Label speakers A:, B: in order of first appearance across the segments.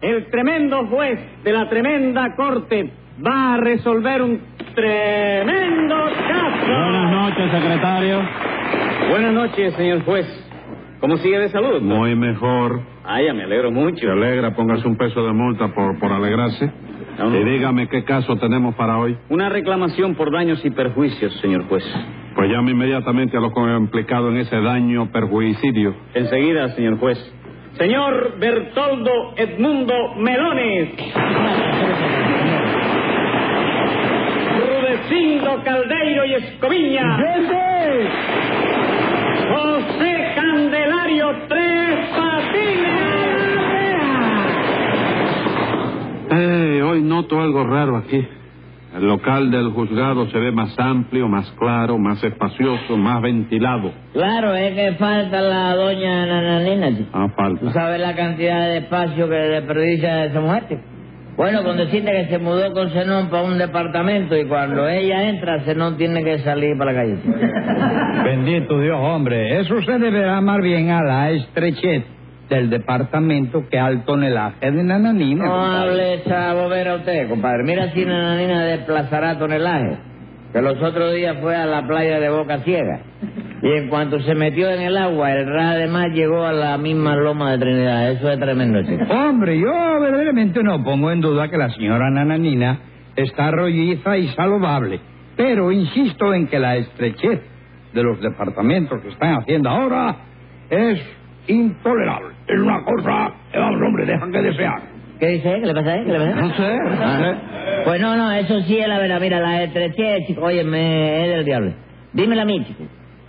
A: El tremendo juez de la tremenda corte va a resolver un tremendo caso.
B: Buenas noches, secretario.
A: Buenas noches, señor juez. ¿Cómo sigue de salud?
B: Muy mejor.
A: Ay, ya me alegro mucho.
B: Se alegra, póngase un peso de multa por, por alegrarse.
A: No, no.
B: Y dígame qué caso tenemos para hoy.
A: Una reclamación por daños y perjuicios, señor juez.
B: Pues llame inmediatamente a los co- implicados en ese daño perjuicidio.
A: Enseguida, señor juez. Señor Bertoldo Edmundo Melones. Rudecindo Caldeiro y Escoviña. José Candelario Tres Patines.
B: Eh, hoy noto algo raro aquí. El local del juzgado se ve más amplio, más claro, más espacioso, más ventilado.
C: Claro, es que falta la doña Nananina. chico.
B: Ah,
C: ¿Tú
B: falta.
C: sabes la cantidad de espacio que desperdicia esa mujer? chico? Bueno, con decirte que se mudó con Zenón para un departamento y cuando ella entra, Zenón tiene que salir para la calle. chico.
D: Bendito Dios, hombre. Eso se deberá más bien a la estrechez del departamento que al tonelaje de nananina.
C: No
D: compadre.
C: hable esa bobera usted, compadre. Mira si Nananina desplazará tonelaje. Que los otros días fue a la playa de Boca Ciega. Y en cuanto se metió en el agua, el rademás llegó a la misma loma de Trinidad. Eso es tremendo, chico.
D: Hombre, yo verdaderamente no pongo en duda que la señora nananina está rolliza y saludable. Pero insisto en que la estrechez de los departamentos que están haciendo ahora es intolerable. Es una cosa, eh, vamos, hombre, dejan que desear.
C: ¿Qué dice? ¿Qué le pasa a él? ¿Qué le pasa?
D: No sé, no sé.
C: Pues no, no, eso sí es la verdad. Mira, la E estrechez, chico, óyeme, es del diablo. Dímela a mí, chico.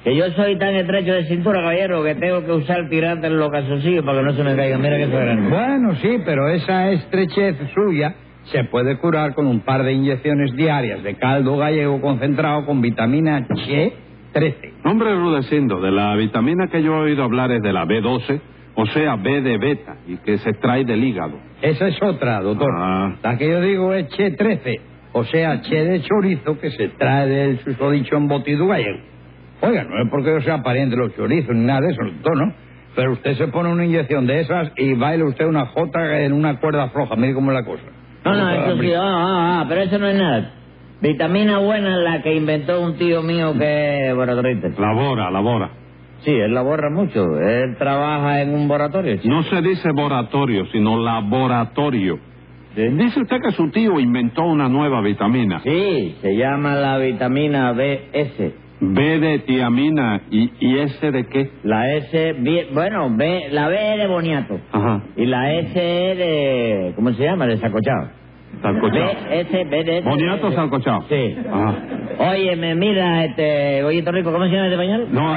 C: Que yo soy tan estrecho de cintura, caballero, que tengo que usar tirantes en los calzoncillos para que no se me caigan. Mira que eso es grande.
D: Bueno, sí, pero esa estrechez suya se puede curar con un par de inyecciones diarias de caldo gallego concentrado con vitamina C13.
B: Nombre Rudecindo, de la vitamina que yo he oído hablar es de la B12, o sea, B de beta, y que se extrae del hígado.
D: Esa es otra, doctor.
B: Ah.
D: La que yo digo es C13, o sea, che de chorizo que se trae del susodicho embutido gallego. Oiga, no es porque yo sea pariente de los chorizos ni nada de eso, doctor, ¿no? Pero usted se pone una inyección de esas y baila usted una jota en una cuerda floja, mire cómo es la cosa.
C: No, no, eso sí,
D: Hombre.
C: ah, ah, ah, pero eso no es nada. Vitamina buena la que inventó un tío mío que es laboratorio.
B: Labora, labora.
C: Sí, él la borra mucho. Él trabaja en un laboratorio, chico.
B: No se dice laboratorio, sino laboratorio. Eh, Dice usted que su tío inventó una nueva vitamina.
C: Sí, se llama la vitamina BS.
B: B de tiamina y, y S de qué?
C: La S, bi- bueno, B, la B es de boniato.
B: Ajá.
C: Y la S es de, ¿cómo se llama? De sacochado.
B: Salcochado.
C: B, S, B de S.
B: Boniato
C: de-
B: salcochado.
C: Sí.
B: Ajá.
C: Óyeme, mira, este, Goyito Rico, ¿cómo se llama este pañal?
B: No.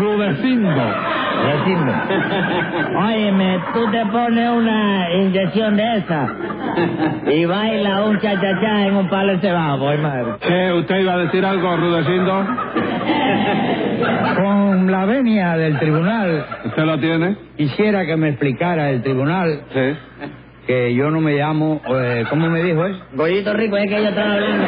B: Rudecindo.
C: Recindo. Óyeme, tú te pones una inyección de esa y baila un chachachá en un palo de cebado, por madre.
B: Eh, ¿Usted iba a decir algo, Rudecindo?
D: Con la venia del tribunal,
B: ¿Usted lo tiene?
D: quisiera que me explicara el tribunal
B: Sí.
D: que yo no me llamo, eh, ¿cómo me dijo eso?
C: Goyito Rico, es que yo estaba hablando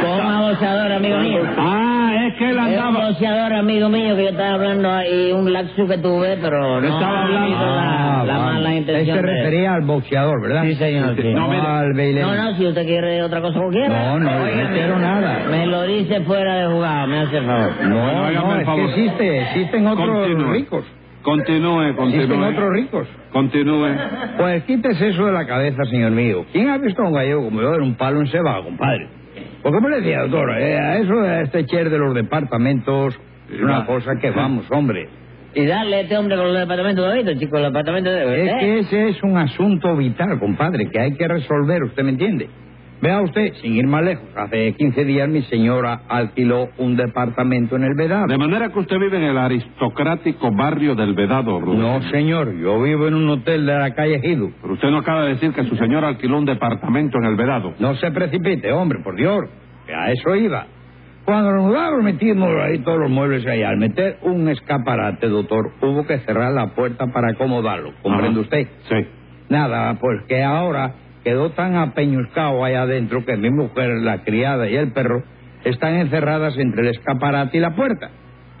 C: con un abusador, amigo mío.
B: Ah, es que
D: Eh,
B: él
C: Es un
B: andaba.
C: boxeador, amigo mío, que yo estaba hablando ahí, un laxu que tuve, pero no
B: Estaba hablando. Ah, Este
C: la, la
D: vale.
C: mala
D: Él
C: intención.
D: se
C: de-
D: refería al boxeador, ¿verdad? Este,
C: Sí, señor, sí.
D: No,
B: No, mire.
D: al bailén.
C: No, no, si usted quiere otra cosa cualquiera.
D: No, no, no
C: Óigame,
D: quiero nada.
C: Me lo dice fuera de jugada, me hace el favor.
D: No,
B: Bueno,
D: no,
B: hágame el
D: es que
B: favor.
D: existe, existen otros
B: Continúe.
D: ricos.
B: Continúe,
D: Existen otros
B: continúe.
D: ricos.
B: Continúe.
D: Pues quítese eso de la cabeza, señor mío. ¿Quién ha visto a un gallego como yo en un palo en cebado, compadre? Pues como le decía, doctor, eh, a eso de este cher de los departamentos es una cosa que vamos, hombre.
C: Y darle a este hombre con los departamentos de oído, chico, los departamentos de
D: Es
C: ¿Eh?
D: que ese es un asunto vital, compadre, que hay que resolver, ¿usted me entiende? Vea usted, sin ir más lejos, hace 15 días mi señora alquiló un departamento en el Vedado.
B: De manera que usted vive en el aristocrático barrio del Vedado, Rudecindo.
D: No, señor, yo vivo en un hotel de la calle Gido.
B: Pero usted no acaba de decir que su señor alquiló un departamento en el Vedado.
D: No se precipite, hombre, por Dios, que a eso iba. Cuando nos mudamos metimos ahí todos los muebles ahí. Al meter un escaparate, doctor, hubo que cerrar la puerta para acomodarlo,
B: Ajá.
D: ¿comprende usted?
B: Sí.
D: Nada, pues que ahora quedó tan apeñuscado allá adentro que mi mujer, la criada y el perro están encerradas entre el escaparate y la puerta.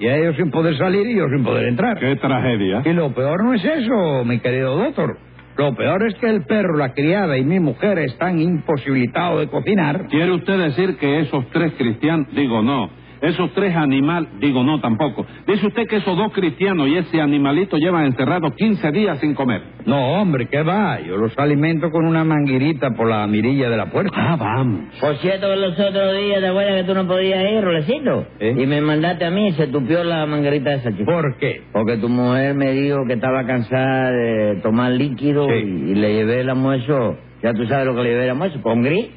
D: Y a ellos sin poder salir y yo sin poder entrar.
B: ¡Qué tragedia!
D: Y lo peor no es eso, mi querido doctor. Lo peor es que el perro, la criada y mi mujer están imposibilitados de cocinar.
B: ¿Quiere usted decir que esos tres cristianos... Digo, no. Esos tres animales... Digo, no tampoco. Dice usted que esos dos cristianos y ese animalito llevan encerrados 15 días sin comer.
D: No, hombre, ¿qué va? Yo los alimento con una manguirita por la mirilla de la puerta.
B: Ah, vamos.
C: Por cierto, los otros días te acuerdas que tú no podías ir, Rolecito.
D: ¿Eh?
C: Y me mandaste a mí y se tupió la manguerita esa chica.
D: ¿Por qué?
C: Porque tu mujer me dijo que estaba cansada de tomar líquido
D: Sí.
C: y, y le llevé el almuerzo. Ya tú sabes lo que le llevé el almuerzo, con gris,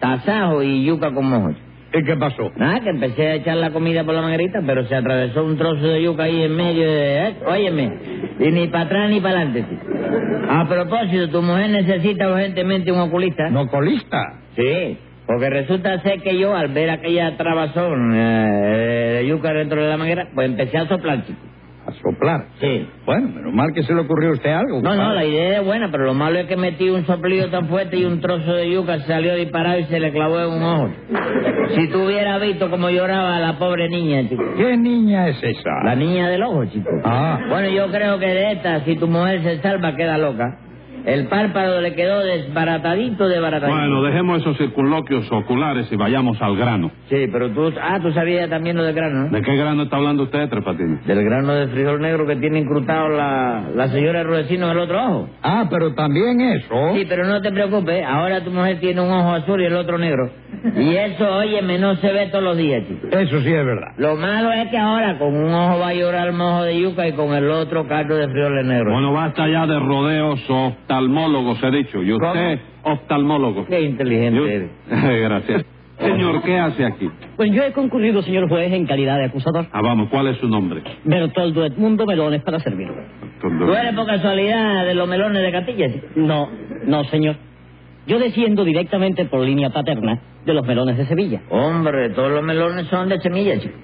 C: tasajo y yuca con mojos.
D: ¿Y qué pasó?
C: Nada, que empecé a echar la comida por la manguerita, pero se atravesó un trozo de yuca ahí en medio de... eh, óyeme, y ni para atrás ni para adelante. sí. A propósito, tu mujer necesita urgentemente un oculista.
D: No colista.
C: Sí, porque resulta ser que yo al ver aquella trabazón eh, de yuca dentro de la manguera, pues empecé a soplar, chico.
D: A soplar.
C: Sí.
D: Bueno, menos mal que se le ocurrió a usted algo.
C: No, no,
D: compadre.
C: la idea es buena, pero lo malo es que metí un soplido tan fuerte y un trozo de yuca salió disparado y se le clavó en un ojo. Si tú hubieras visto cómo lloraba la pobre niña, chico.
D: ¿Qué niña es esa?
C: La niña del ojo, chico.
D: Ah.
C: Bueno, yo creo que de esta, si tu mujer se salva, queda loca. El párpado le quedó desbaratadito, desbaratadito.
B: Bueno, dejemos esos circunloquios oculares y vayamos al grano.
C: Sí, pero tú... Ah, tú sabías también lo del grano, ¿no?
B: ¿De qué grano está hablando usted, Tres Patines?
C: Del grano de frijol negro que tiene incrustado la, la señora Rudecino en el otro ojo.
D: Ah, pero también eso.
C: Sí, pero no te preocupes, ahora tu mujer tiene un ojo azul y el otro negro. Y eso, óyeme, no se ve todos los días, chico.
D: Eso sí es verdad.
C: Lo malo es que ahora con un ojo va a llorar mojo de yuca y con el otro caldo de frijoles negros.
B: Bueno, basta ya de rodeos oftalmólogos, he dicho. Y usted, oftalmólogo.
C: Qué inteligente
B: Yo-
C: eres.
B: Gracias. Señor, ¿qué hace aquí?
E: Pues yo he concurrido, señor juez, en calidad de acusador.
B: Ah, vamos, ¿cuál es su nombre?
E: Bertoldo Edmundo Melones para servirlo.
C: ¿Tú eres por casualidad de los melones de Castilla, chico?
E: No, no, señor. Yo desciendo directamente por línea paterna de los melones de Sevilla.
C: Hombre, todos los melones son de semilla, chico.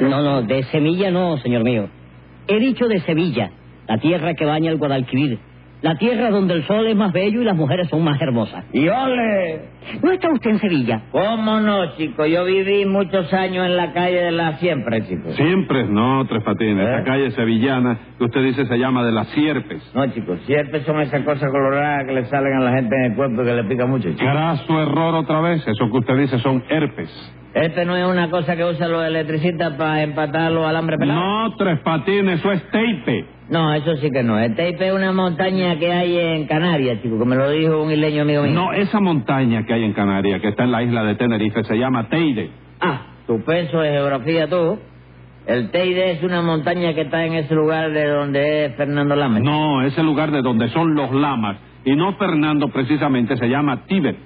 E: No, no, de Semilla no, señor mío. He dicho de Sevilla, la tierra que baña el Guadalquivir. La tierra donde el sol es más bello y las mujeres son más hermosas.
C: ¡Y ole!
E: ¿No está usted en Sevilla?
C: ¿Cómo no, chico? Yo viví muchos años en la calle de la Siempre, chico.
B: Siempre no, Tres Patines.
C: pues, ¿Eh?
B: Esta calle sevillana que usted dice se llama de las Sierpes.
C: No, chicos, siempre son esas cosas coloradas que le salen a la gente en el cuerpo y que le pica mucho, chico.
B: Graso error otra vez. Eso que usted dice son herpes.
C: Este no es una cosa que usan los electricistas para empatar los alambres pelados.
B: No, Tres Patines, eso es teipe.
C: No, eso sí que no. Este IP es una montaña que hay en Canarias, chico, que me lo dijo un isleño amigo mío.
B: No, esa montaña que hay en Canarias, que está en la isla de Tenerife, se llama Teide.
C: Ah, tu peso de geografía tú. El Teide es una montaña que está en ese lugar de donde es Fernando Lama.
B: No, ese lugar de donde son los lamas. Y no Fernando, precisamente, se llama Tíbet.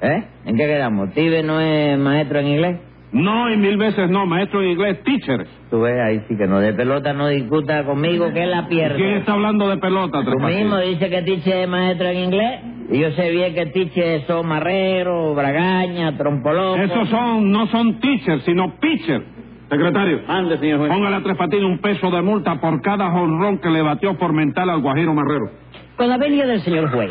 C: ¿Eh? ¿En qué quedamos? ¿Tibe no es maestro en inglés?
B: No, y mil veces no, maestro en inglés, teacher.
C: Tú ves, ahí sí que no. De pelota no discuta conmigo, que la pierde.
B: ¿Quién está hablando de pelota, Tres
C: Tú mismo
B: Patines?
C: dices que Tiche es maestro en inglés. Y yo sé bien que Tiche son marrero, bragaña, trompolón.
B: Esos son, no son teachers, sino pitcher. Secretario,
C: Ah,
A: Ande, señor juez.
B: póngale a Tres Patines un peso de multa por cada jonrón que le batió por mental al guajiro marrero.
E: Con la venia del señor juez.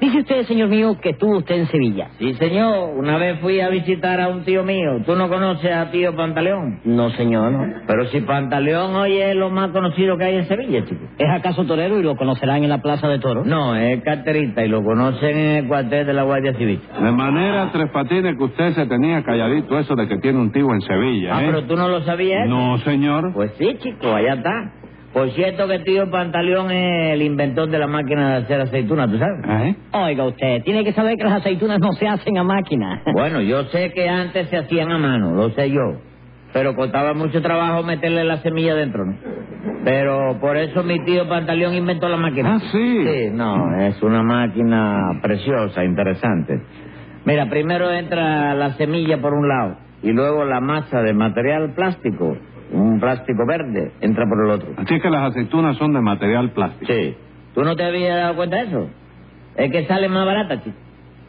E: Dice usted, señor mío, que estuvo usted en Sevilla.
C: Sí, señor. Una vez fui a visitar a un tío mío. ¿Tú no conoces a tío Pantaleón?
E: No, señor, no.
C: Pero si Pantaleón hoy es lo más conocido que hay en Sevilla, chico.
E: ¿Es acaso torero y lo conocerán en la Plaza de Toros?
C: No, es carterista y lo conocen en el cuartel de la Guardia Civil.
B: De manera, Tres Patines, que usted se tenía calladito eso de que tiene un tío en Sevilla,
C: Ah,
B: ¿eh?
C: pero tú no lo sabías.
B: No, señor.
C: Pues sí, chico, allá está. Por cierto que tío Pantaleón es el inventor de la máquina de hacer aceituna, ¿tú sabes?
B: ¿Eh?
E: Oiga usted, tiene que saber que las aceitunas no se hacen a máquina.
C: Bueno, yo sé que antes se hacían a mano, lo sé yo. Pero costaba mucho trabajo meterle la semilla dentro, ¿no? Pero por eso mi tío Pantaleón inventó la máquina.
B: Ah, sí.
C: Sí, no, es una máquina preciosa, interesante. Mira, primero entra la semilla por un lado y luego la masa de material plástico, un plástico verde, entra por el otro.
B: Así es que las aceitunas son de material plástico.
C: Sí. ¿Tú no te habías dado cuenta de eso? Es que sale más barata, chico.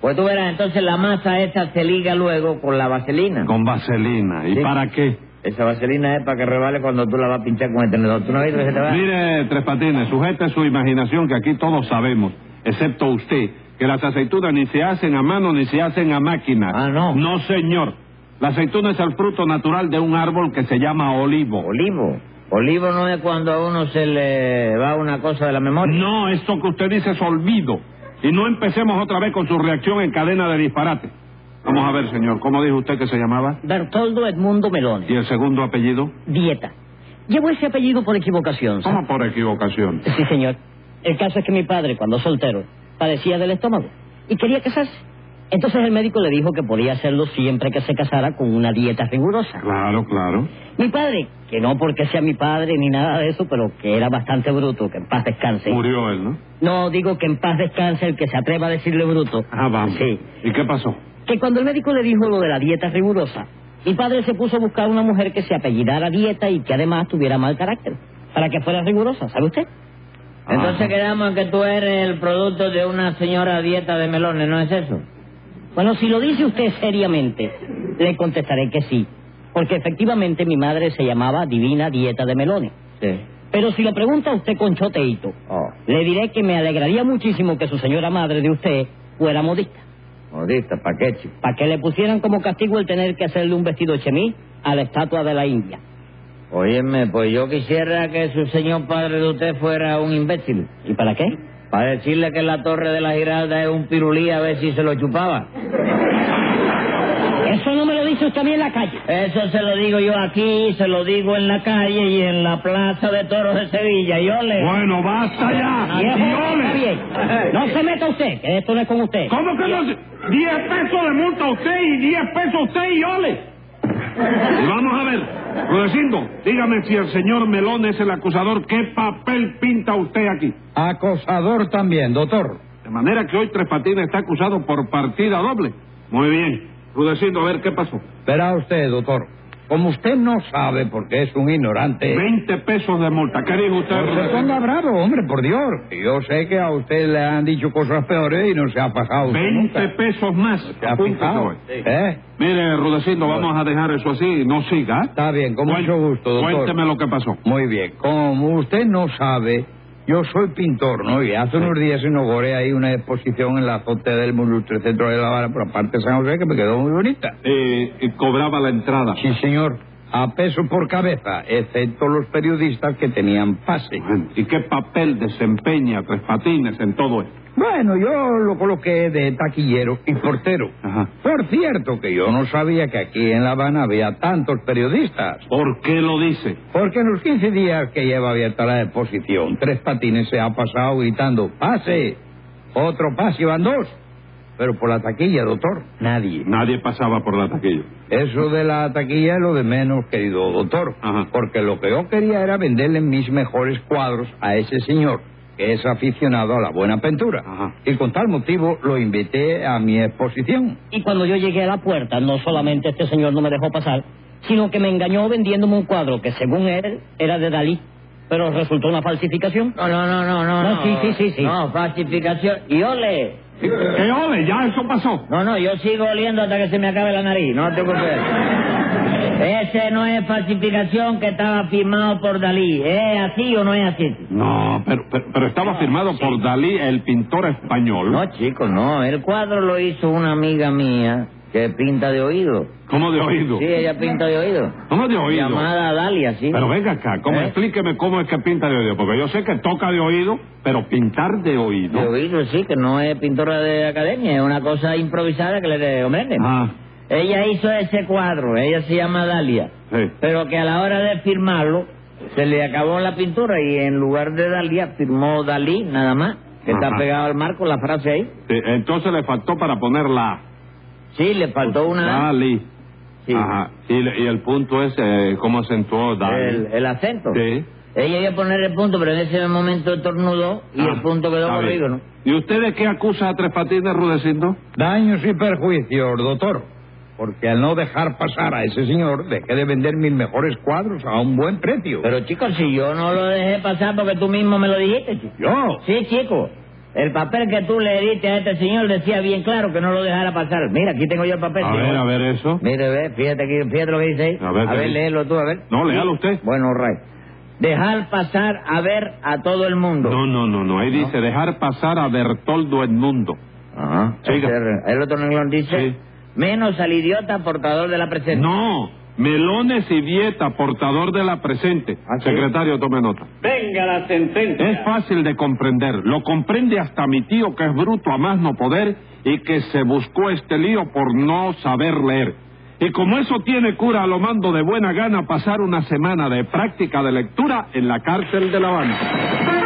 C: Pues tú verás, entonces la masa esa se liga luego con la vaselina.
B: Con vaselina. ¿Y
C: Sí.
B: para qué?
C: Esa vaselina es para que rebale cuando tú la vas a pinchar con el tenedor. ¿Tú no has visto que se te va?
B: Mire, Tres Patines, sujete su imaginación, que aquí todos sabemos, excepto usted, que las aceitunas ni se hacen a mano ni se hacen a máquina.
C: Ah, no.
B: No, señor. La aceituna es el fruto natural de un árbol que se llama olivo.
C: Olivo. Olivo no es cuando a uno se le va una cosa de la memoria.
B: No, esto que usted dice es olvido. Y no empecemos otra vez con su reacción en cadena de disparate. Vamos a ver, señor, ¿cómo dijo usted que se llamaba?
E: Bertoldo Edmundo Melones.
B: ¿Y el segundo apellido?
E: Dieta. Llevo ese apellido por equivocación. ¿sabe?
B: ¿Cómo por equivocación?
E: Sí, señor. El caso es que mi padre, cuando soltero, padecía del estómago y quería casarse. Entonces el médico le dijo que podía hacerlo siempre que se casara con una dieta rigurosa.
B: Claro, claro.
E: Mi padre, que no porque sea mi padre ni nada de eso, pero que era bastante bruto, que en paz descanse.
B: Murió él, ¿no?
E: No, digo que en paz descanse el que se atreva a decirle bruto.
B: Ah, vamos.
E: Sí.
B: ¿Y qué pasó?
E: Que cuando el médico le dijo lo de la dieta rigurosa, mi padre se puso a buscar una mujer que se apellidara dieta y que además tuviera mal carácter, para que fuera rigurosa, ¿sabe usted?
C: Entonces
B: Ajá.
C: quedamos en que tú eres el producto de una señora dieta de melones, ¿no es eso?
E: Bueno, si lo dice usted seriamente, le contestaré que sí, porque efectivamente mi madre se llamaba Divina Dieta de Melones.
C: Sí.
E: Pero si lo pregunta usted con choteito,
C: Oh,
E: le diré que me alegraría muchísimo que su señora madre de usted fuera modista,
C: modista, ¿pa' qué, chico?
E: para que le pusieran como castigo el tener que hacerle un vestido chemis a la estatua de la India.
C: Óyeme, pues yo quisiera que su señor padre de usted fuera un imbécil.
E: ¿Y para qué?
C: Para decirle que la torre de la Giralda es un pirulí a ver si se lo chupaba.
E: Eso no me lo dice usted a mí en la calle.
C: Eso se lo digo yo aquí, se lo digo en la calle y en la plaza de toros de Sevilla. Yo le...
B: Bueno, basta ya.
E: Viejo,
B: ¡Millones!
E: Ah, está bien. No se meta usted, que esto no es con usted.
B: ¿Cómo que no? se- Diez pesos de multa a usted y diez pesos a usted y ole. Y vamos a ver, Rudecindo, dígame si el señor Melón es el acusador, ¿qué papel pinta usted aquí?
D: Acosador también, doctor.
B: De manera que hoy Tres Patines está acusado por partida doble. Muy bien. Rudecindo, a ver, ¿qué pasó?
D: Verá usted, doctor. Como usted no sabe porque es un ignorante.
B: Veinte pesos de multa. ¿Qué dijo usted,
D: Eh. No se
B: Rudecindo?
D: ponga bravo, hombre, por Dios. Yo sé que a usted le han dicho cosas peores y no se ha pasado. usted nunca.
B: Veinte pesos más.
D: ¿Se ha
B: Apúntese
D: fijado?
B: hoy.
D: ¿Eh?
B: Mire, Rudecindo, vamos a dejar eso así. No siga. ¿eh?
D: Está bien, con
B: Cuen-
D: mucho gusto, doctor.
B: Cuénteme lo que pasó.
D: Muy bien. Como usted no sabe, yo soy pintor, ¿no? Y hace unos días inauguré ahí una exposición en la azotea del muy ilustre centro de La Habana, por aparte de San José, que me quedó muy bonita.
B: Eh, y cobraba la entrada.
D: Sí, señor. A peso por cabeza, excepto los periodistas que tenían pase.
B: ¿Y qué papel desempeña Tres Patines en todo esto?
D: Bueno, yo lo coloqué de taquillero y portero.
B: Ajá.
D: Por cierto, que yo no sabía que aquí en La Habana había tantos periodistas.
B: ¿Por qué lo dice?
D: Porque en los 15 días que lleva abierta la exposición, tres patines se ha pasado gritando, pase, otro pase, y van dos. Pero por la taquilla, doctor, nadie.
B: Nadie pasaba por la taquilla.
D: Eso de la taquilla es lo de menos, querido doctor.
B: Ajá.
D: Porque lo que yo quería era venderle mis mejores cuadros a ese señor, que es aficionado a la buena pintura.
B: Ajá.
D: Y con tal motivo lo invité a mi exposición.
E: Y cuando yo llegué a la puerta, no solamente este señor no me dejó pasar, sino que me engañó vendiéndome un cuadro que según él era de Dalí, pero resultó una falsificación.
C: No, no, no, no, no.
E: Ah, No, sí, sí, sí, sí.
C: No, falsificación. Y ole.
B: ¿Qué Eh, ole? Ya eso pasó.
C: No, no, yo sigo oliendo hasta que se me acabe la nariz, no te preocupes. Ese no es falsificación que estaba firmado por Dalí. ¿Es así o no es así?
B: No, pero, pero, pero estaba firmado por Dalí, el pintor español.
C: Ah, No, chico, no. El cuadro lo hizo una amiga mía que pinta de oído.
B: ¿Cómo de oído?
C: Sí, ella pinta de oído.
B: ¿Cómo de oído?
C: Llamada Dalia, sí.
B: Pero venga acá, ¿cómo?
C: ¿Eh?
B: explíqueme cómo es que pinta de oído. Porque yo sé que toca de oído, pero pintar de oído.
C: De oído, sí, que no es pintora de academia, es una cosa improvisada que le de hombre.
B: Ah,
C: Ella hizo ese cuadro, ella se llama Dalia.
B: sí.
C: pero que a la hora de firmarlo se le acabó la pintura y en lugar de Dalia firmó Dalí nada más, que
B: Ajá.
C: está pegado al marco la frase ahí.
B: Sí, Entonces le faltó para poner la A.
C: Sí, le faltó una
B: Dalí.
C: Sí.
B: Ah, Ajá. Y, le- y el punto es eh, cómo acentuó Dalí.
C: el, el acento.
B: Sí.
C: Ella iba a poner el punto, pero en ese momento tornudó y
B: Ah,
C: el punto quedó
B: está bien.
C: corrido, ¿no?
B: ¿Y usted de qué acusa a Tres Patines, Rudecindo?
D: Daños y perjuicios, doctor. Porque al no dejar pasar a ese señor, dejé de vender mis mejores cuadros a un buen precio.
C: Pero chicos, si yo no lo dejé pasar porque tú mismo me lo dijiste, chico.
D: yo,
C: Sí, chico. El papel que tú le diste a este señor decía bien claro que no lo dejara pasar. Mira, aquí tengo Pues yo el papel.
B: A
C: señor.
B: ver, a ver eso.
C: Mire, ve, fíjate, aquí, fíjate lo que dice ahí.
B: A ver, ¿qué dice?
C: léelo tú, a ver.
B: No, léalo usted.
C: Bueno, Ray. Dejar pasar a ver a todo el mundo.
B: No, no, no, no. Ahí dice dejar pasar a Bertoldo Edmundo.
C: Ajá.
B: Siga.
C: Ese- El otro renglón dice
B: Sí.
C: menos al idiota portador de la presente.
B: No, Melones y Dieta, portador de la presente.
C: ¿Ah, sí?
B: Secretario, tome nota.
A: Venga la sentencia.
B: Es fácil de comprender. Lo comprende hasta mi tío, que es bruto a más no poder y que se buscó este lío por no saber leer. Y como eso tiene cura, a lo mando de buena gana pasar una semana de práctica de lectura en la cárcel de La Habana.